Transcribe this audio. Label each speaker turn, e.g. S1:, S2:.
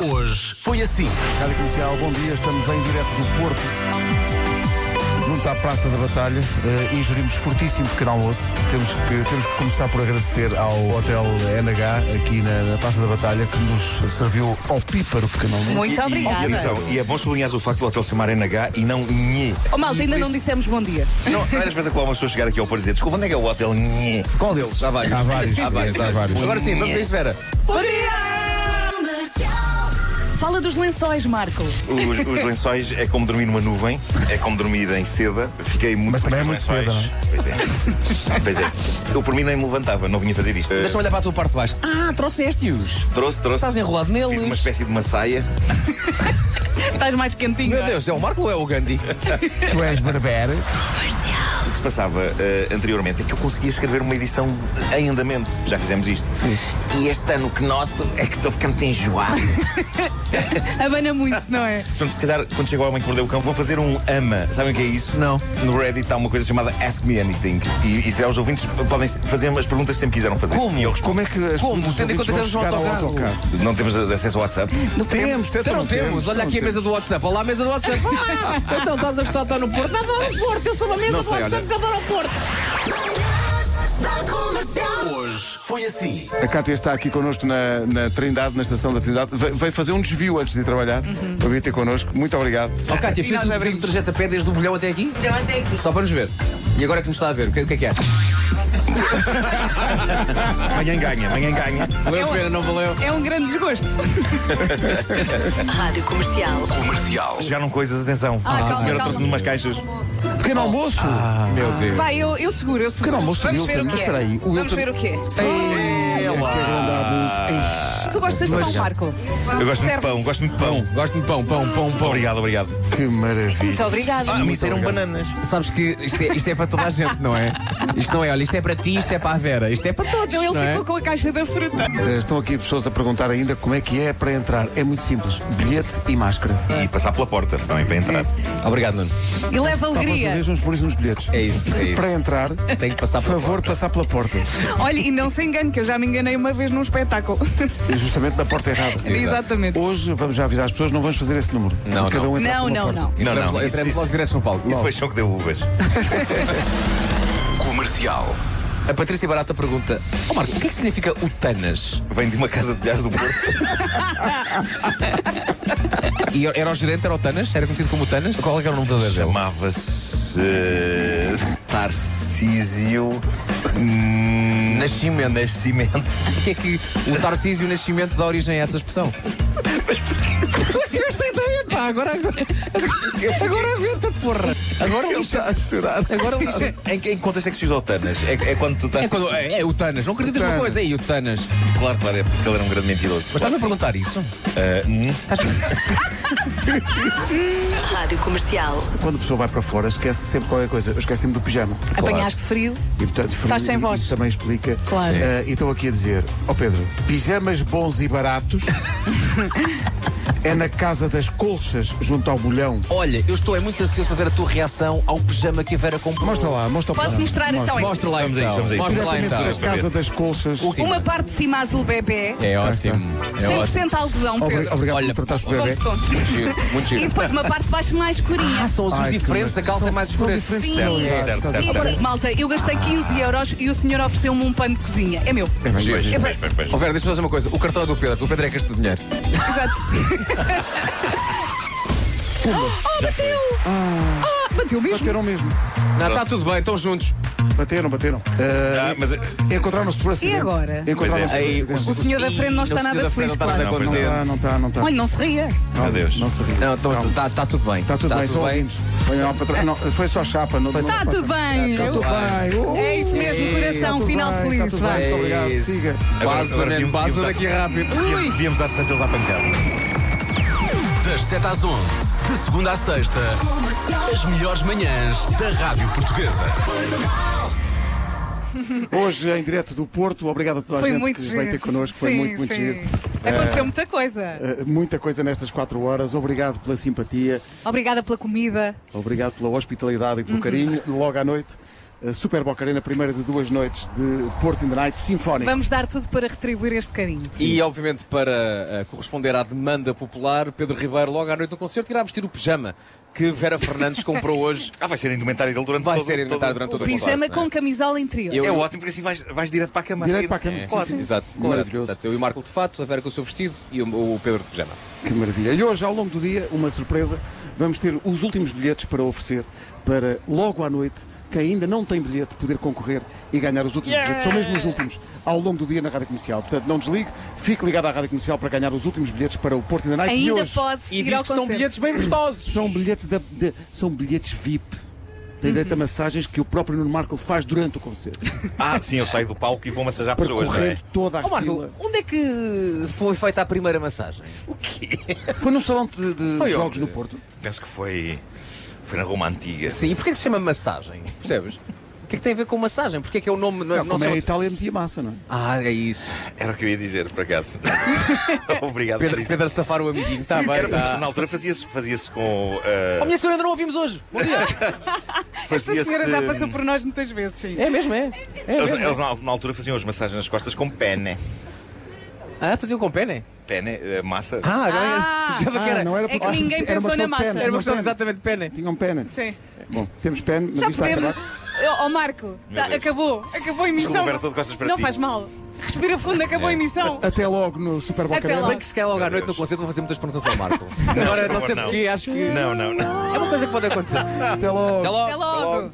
S1: Hoje foi assim.
S2: Rádio Comercial, bom dia, estamos em direto do Porto, junto à Praça da Batalha, eh, ingerimos fortíssimo pequeno almoço. Temos que, temos que começar por agradecer ao Hotel NH, aqui na, na Praça da Batalha, que nos serviu ao píparo pequeno almoço.
S3: Muito
S4: E- e-
S3: obrigada.
S4: E, atenção, e é bom sublinhar o facto do hotel se chamar NH e não Nhe.
S3: Oh, malta, ainda não dissemos bom dia.
S4: Não, não era espetacular uma pessoa chegar aqui ao Porto e dizer desculpa, onde é que é o hotel Nhe?
S5: Qual deles? Há vários.
S2: Há vários,
S5: Há vários.
S2: há vários.
S5: Agora sim, vamos a isso, Vera.
S3: Fala dos lençóis, Marco.
S4: Os, os lençóis é como dormir numa nuvem, é como dormir em seda. Fiquei muito
S2: Mas também é
S4: com
S2: muito
S4: os
S2: seda,
S4: lençóis. Pois é. Pois é. Eu por mim nem me levantava, não vinha fazer isto. Eh,
S5: Deixa-me olhar então para a tua parte de baixo. Ah, trouxeste-os.
S4: Trouxe, trouxe.
S5: Estás enrolado neles.
S4: Fiz uma espécie de uma saia.
S3: Estás mais quentinho.
S5: Meu Deus, é o Marco ou é o Gandhi?
S2: Tu és berber.
S4: O que se passava eh, anteriormente é que eu conseguia escrever uma edição em andamento. Já fizemos isto. E este ano que noto é que estou ficando enjoado.
S3: Abana muito, não é?
S4: Portanto, se calhar, quando chega o homem que mordeu o cão, vão fazer um ama. Sabem o que é isso?
S5: Não.
S4: No Reddit há uma coisa chamada Ask Me Anything. E, e se é, os ouvintes podem fazer as perguntas que sempre quiseram fazer.
S5: Como?
S4: E eu respondo.
S2: Como é que as
S5: Como?
S2: os
S5: Tendo em
S2: ouvintes
S5: conta que
S2: vão
S5: eles vão
S2: chegar ao
S5: autocarro.
S2: autocarro?
S4: Não temos acesso ao WhatsApp?
S2: Temos, tenta,
S5: Então não temos. Olha
S2: não
S5: aqui a
S2: temos.
S5: mesa do WhatsApp. Olha lá a mesa do WhatsApp. Ah, então estás a gostar de estar no Porto. Nada no Porto. Eu sou da mesa
S4: Não
S5: do
S4: sei,
S5: WhatsApp
S4: olha.
S5: que eu adoro ao Porto.
S1: Hoje foi assim.
S2: A Cátia está aqui connosco na, na Trindade, na estação da Trindade. Ve- Veio fazer um desvio antes de ir trabalhar
S3: Uhum.
S2: para vir ter connosco. Muito obrigado.
S5: Ó, Cátia, fiz, o- fiz o trajeto a pé desde o bolhão até aqui?
S6: Então até aqui.
S5: Só para nos ver. E agora é que nos está a ver. O que, o que é que acha?
S4: Amanhã ganha, amanhã ganha.
S5: Valeu a pena, não valeu?
S3: É um grande desgosto.
S6: Rádio Comercial.
S1: Comercial.
S4: Chegaram coisas, atenção. Esta
S3: calma,
S4: senhora
S3: calma.
S4: trouxe-me umas caixas.
S2: Pequeno almoço?
S5: Meu
S6: Ah.
S5: Deus.
S3: Vai, eu, eu seguro, eu seguro.
S2: Pequeno almoço do
S3: Vamos
S2: Hilton,
S3: ver o
S2: mas
S3: que é.
S2: espera aí, o
S3: Vamos
S2: Hilton-
S3: ver o que é.
S2: Ei, que grande abuso.
S3: Tu gostas de pão, Marco?
S4: Eu gosto muito de
S3: Serve-se.
S4: pão, gosto muito de pão.
S5: Gosto de pão, pão, pão, pão.
S4: Obrigado, obrigado.
S2: Ei, que maravilha.
S3: Muito obrigada.
S4: Ah, a mim saíram bananas.
S5: Sabes que isto é, isto é para toda a gente, não é? Isto não é, olha, isto é para ti, isto é para a Vera, isto é para todos.
S3: Não, ele
S5: não é?
S3: ficou com a caixa da fruta.
S2: Eh, Estão aqui pessoas a perguntar ainda como é que é para entrar. É muito simples: bilhete e máscara.
S4: E passar pela porta também para entrar.
S5: Obrigado, Nuno.
S3: E leva
S2: Para a próxima
S3: alegria.
S2: vez, vamos pôr isso nos bilhetes.
S5: É isso, é
S2: Para
S5: isso.
S2: entrar,
S5: Tem que passar
S2: por
S5: pela
S2: favor, passar pela porta.
S3: Olha, e não se engane, que eu já me enganei uma vez num espetáculo.
S2: E Justamente na porta errada.
S3: Exatamente.
S2: Hoje vamos já avisar as pessoas, não vamos fazer esse número.
S5: Não,
S2: Cada um entra
S3: Não,
S2: por uma
S3: não,
S2: porta.
S3: não.
S4: Não,
S5: Entramos
S4: não.
S5: logo-
S4: Isso,
S5: entramos logo
S4: isso,
S5: diretos no palco.
S4: isso foi show que deu uvas.
S1: Comercial.
S5: A Patrícia Barata pergunta: Ó Marco, o que é que significa o Tanas?
S4: Vem de uma casa de telhados do Porto.
S5: E era o gerente, era o Tanas? Era conhecido como o Tanas? Qual é que era o nome verdadeiro dele?
S4: Chamava-se. eh, Tarcísio. hum,
S5: Nascimento.
S4: Nascimento.
S5: O que é que o Tarcísio Nascimento dá origem a essa expressão?
S3: Esta ideia, pá, agora.
S5: Agora aguenta-te, porra! Agora lixa.
S4: a chorar.
S5: Agora lixa.
S4: Em, que- em que contexto é que se usa o Tanas? É, é quando tu estás.
S5: É, quando, é, é o Tanas, não acreditas numa
S2: Tanas.
S5: coisa aí, o Tanas. Mas
S4: Claro, claro, é porque ele era um grande mentiroso.
S5: estás-me a perguntar isso?
S4: Ah, hum,
S6: Rádio Comercial.
S2: Quando a pessoa vai para fora, esquece sempre qualquer coisa. Eu esqueci-me do pijama.
S3: Apanhaste frio.
S2: E, portanto, frio,
S3: Estás Ah, tá sem
S2: e-
S3: voz.
S2: Isso também explica.
S3: Claro.
S2: Eh, e estou aqui a dizer, ó Pedro, pijamas bons e baratos é na casa das colchas, junto ao bolhão.
S5: Olha, eu estou é muito ansioso para ver a tua reação ao pijama que a Vera comprou.
S2: Mostra lá, mostra o
S3: Posso
S2: pijama.
S3: mostrar
S2: Mostra.
S3: então? é?
S5: Mostra lá
S4: Vamos a
S5: então.
S4: isso, vamos a isso.
S5: Mostra lá
S2: Diretamente
S5: então.
S2: da casa das colchas.
S3: Uma parte de cima azul bebê.
S5: É
S2: Cá
S5: ótimo. É ótimo.
S3: 100% algodão,
S2: Obri-
S3: Pedro.
S2: Obrigado
S5: Olha,
S2: por tratares o
S3: Bom
S2: bebê.
S3: tom.
S5: Muito giro, muito
S3: E
S5: giro.
S3: depois uma parte de baixo mais escurinha.
S5: Ah, são azuis
S2: Ai, que
S5: diferentes, a calça é mais
S2: São
S5: escura.
S2: diferentes
S3: Sim.
S2: tonalidades,
S4: Certo,
S2: estás a
S4: certo,
S2: ver?
S3: E, malta, eu gastei 15 euros e o senhor ofereceu-me um pano de cozinha. É meu.
S2: É bem
S4: pois,
S2: giro.
S4: pois, pois,
S7: Oh,
S4: pois.
S5: Ó Vera, deixa-me fazer uma coisa. O cartão é do Pedro, o Pedro é que gasta o dinheiro.
S3: Exato. oh, bateu! Ah, bateu mesmo.
S2: Bateram mesmo.
S5: Não, está tudo bem, estão juntos.
S2: Bateram, bateram. Eh,
S4: Ah, mas. eh,
S2: Encontraram-se por acidente.
S3: agora?
S4: Pois
S2: Encontraram-se
S4: é.
S2: por
S5: Aí,
S2: acidente.
S3: O senhor da frente
S5: Ih,
S3: não está
S5: o senhor
S3: nada
S5: da frente
S3: feliz,
S5: não está
S3: claro.
S5: nada
S4: Não, pois
S5: contente.
S2: Ah, não está, não está.
S3: Olha, não se ria.
S4: Adeus.
S2: Não se ri.
S5: Não,
S7: então,
S2: Calma.
S7: tá,
S5: está tudo bem.
S8: Tá
S2: Está tudo bem, são ouvintes. Olha lá para trás. Não, foi só chapa. Não, não-
S3: Está Tá tudo bem.
S2: Está tudo bem. Uh,
S3: É isso mesmo,
S5: Ei,
S2: está
S3: coração.
S2: tudo
S3: Final
S2: bem,
S3: feliz.
S2: está tudo
S3: Vai.
S2: bem. Muito obrigado,
S5: É isso.
S2: siga.
S4: Agora-
S5: Baza,
S4: agora
S5: né?
S4: viemos-
S5: Baza
S4: viemos
S5: daqui
S4: às-
S5: rápido.
S3: Ui.
S4: Víamos às distâncias à pancada.
S1: Das 7 às 11, de segunda à sexta, as melhores manhãs da Rádio Portuguesa.
S2: Hoje, é em direto do Porto, obrigado a toda a
S3: Foi
S2: gente
S3: muito
S2: que
S3: giro.
S2: vai ter connosco. Foi
S3: Sim,
S2: muito, muito
S3: sim.
S2: giro. É.
S3: Aconteceu muita coisa.
S2: Uh, muita coisa nestas quatro horas. Obrigado pela simpatia,
S3: Obrigada pela comida.
S2: obrigado pela hospitalidade e pelo carinho. Logo à noite
S8: eh, Super Boca Arena, primeira de duas noites de Porto in the Night Sinfónica.
S3: Vamos dar tudo para retribuir este carinho.
S7: E, obviamente, para eh, corresponder à demanda popular, Pedro Ribeiro, logo à noite do concerto, irá vestir o pijama que Vera Fernandes comprou hoje.
S4: Ah, vai ser a indumentária dele durante
S7: Vai
S4: todo
S7: ser inventário durante todo o concerto.
S3: Pijama com
S7: não é?
S3: camisola interior.
S7: Eu-
S4: É ótimo, porque assim vais, vais direto para a cama. a
S8: Direto
S4: seguir.
S8: para a cama.
S7: É,
S8: Sim,
S7: sim,
S8: sim.
S7: Exato, exato.
S8: Maravilhoso.
S7: Portanto, eu e o Marco de fato, a Vera com o seu vestido e o, o Pedro de pijama.
S8: Que maravilha. E hoje, ao longo do dia, uma surpresa. Vamos ter os últimos bilhetes para oferecer para logo à noite, quem ainda não tem bilhete, poder concorrer e ganhar os últimos bilhetes. São mesmo os últimos ao longo do dia na Rádio Comercial. Portanto, não desligue, fique ligado à Rádio Comercial para ganhar os últimos bilhetes para o Porto da Night. e
S3: Ainda
S8: hoje
S3: pode
S7: E
S3: ir
S7: diz
S3: ao
S7: que são
S3: concerto.
S7: bilhetes bem gostosos.
S8: são bilhetes, da, de- são bilhetes VIP. Tem
S3: Uhum.
S8: direito a massagens que o próprio Nuno Marco faz durante o concerto.
S4: Ah, sim, eu saio do palco e vou massajar pessoas, não é?
S8: Percorrendo toda a
S5: Ó Marco,
S8: fila.
S5: onde é que foi feita a primeira massagem?
S8: Foi num salão de, de
S5: Foi
S8: jogos
S5: onde?
S8: no Porto.
S4: Penso que foi. Foi na Roma Antiga.
S5: Sim, e porquê que se chama massagem? Percebes? O que é que tem a ver com massagem? Porquê é que é o nome... Não, é-
S8: Não,
S5: não
S8: como é a
S5: são-
S8: Itália, metia massa, não é?
S5: Ah, é isso.
S4: Era o que eu ia dizer, por acaso. Obrigado por
S5: Pedro,
S4: É isso.
S5: Pedro a safar o amiguinho. Está bem,
S4: Era-
S5: está.
S4: Na altura fazia-se fazia com. eh,
S5: Oh, minha senhora, ainda não ouvimos hoje. Bom dia.
S3: Esta
S4: fazia-se-
S3: senhora já passou por nós muitas vezes, sim.
S5: É mesmo, é. é
S4: Eles,
S5: mesmo.
S4: eles na, na altura faziam as massagens nas costas com pene.
S5: Ah, faziam com pene?
S4: Pene, eh, massa.
S5: Ah, agora
S3: Ah,
S5: era. Jogava que
S8: Ah,
S5: era.
S8: não era
S3: É que
S8: porque-
S3: ninguém
S8: era
S3: pensou
S8: uma questão
S3: na
S8: de pena.
S3: massa.
S5: Era uma questão
S8: Não, é?
S5: exatamente de pene.
S8: Tinham pena.
S3: Sim.
S8: um Bom, temos pena, mas
S3: Já
S8: isto está a
S3: podemos.
S8: acabar.
S3: Tá Ó Marco, tá,
S4: Deus.
S3: acabou. Acabou a emissão.
S4: Desculpa, Vera, tô de costas para
S3: não
S4: ti.
S3: faz mal. Respira fundo, acabou a emissão.
S8: Até logo no Super Boca
S3: Até
S8: Arena.
S5: Se
S3: logo.
S5: bem que se calhar logo à noite no
S4: Deus.
S5: concerto vão fazer muitas perguntas ao Marco. Agora não sei
S4: não.
S5: porquê, acho que.
S4: Não, não, não.
S5: É uma coisa que pode acontecer.
S8: Até logo.
S5: Até logo.
S3: Até logo.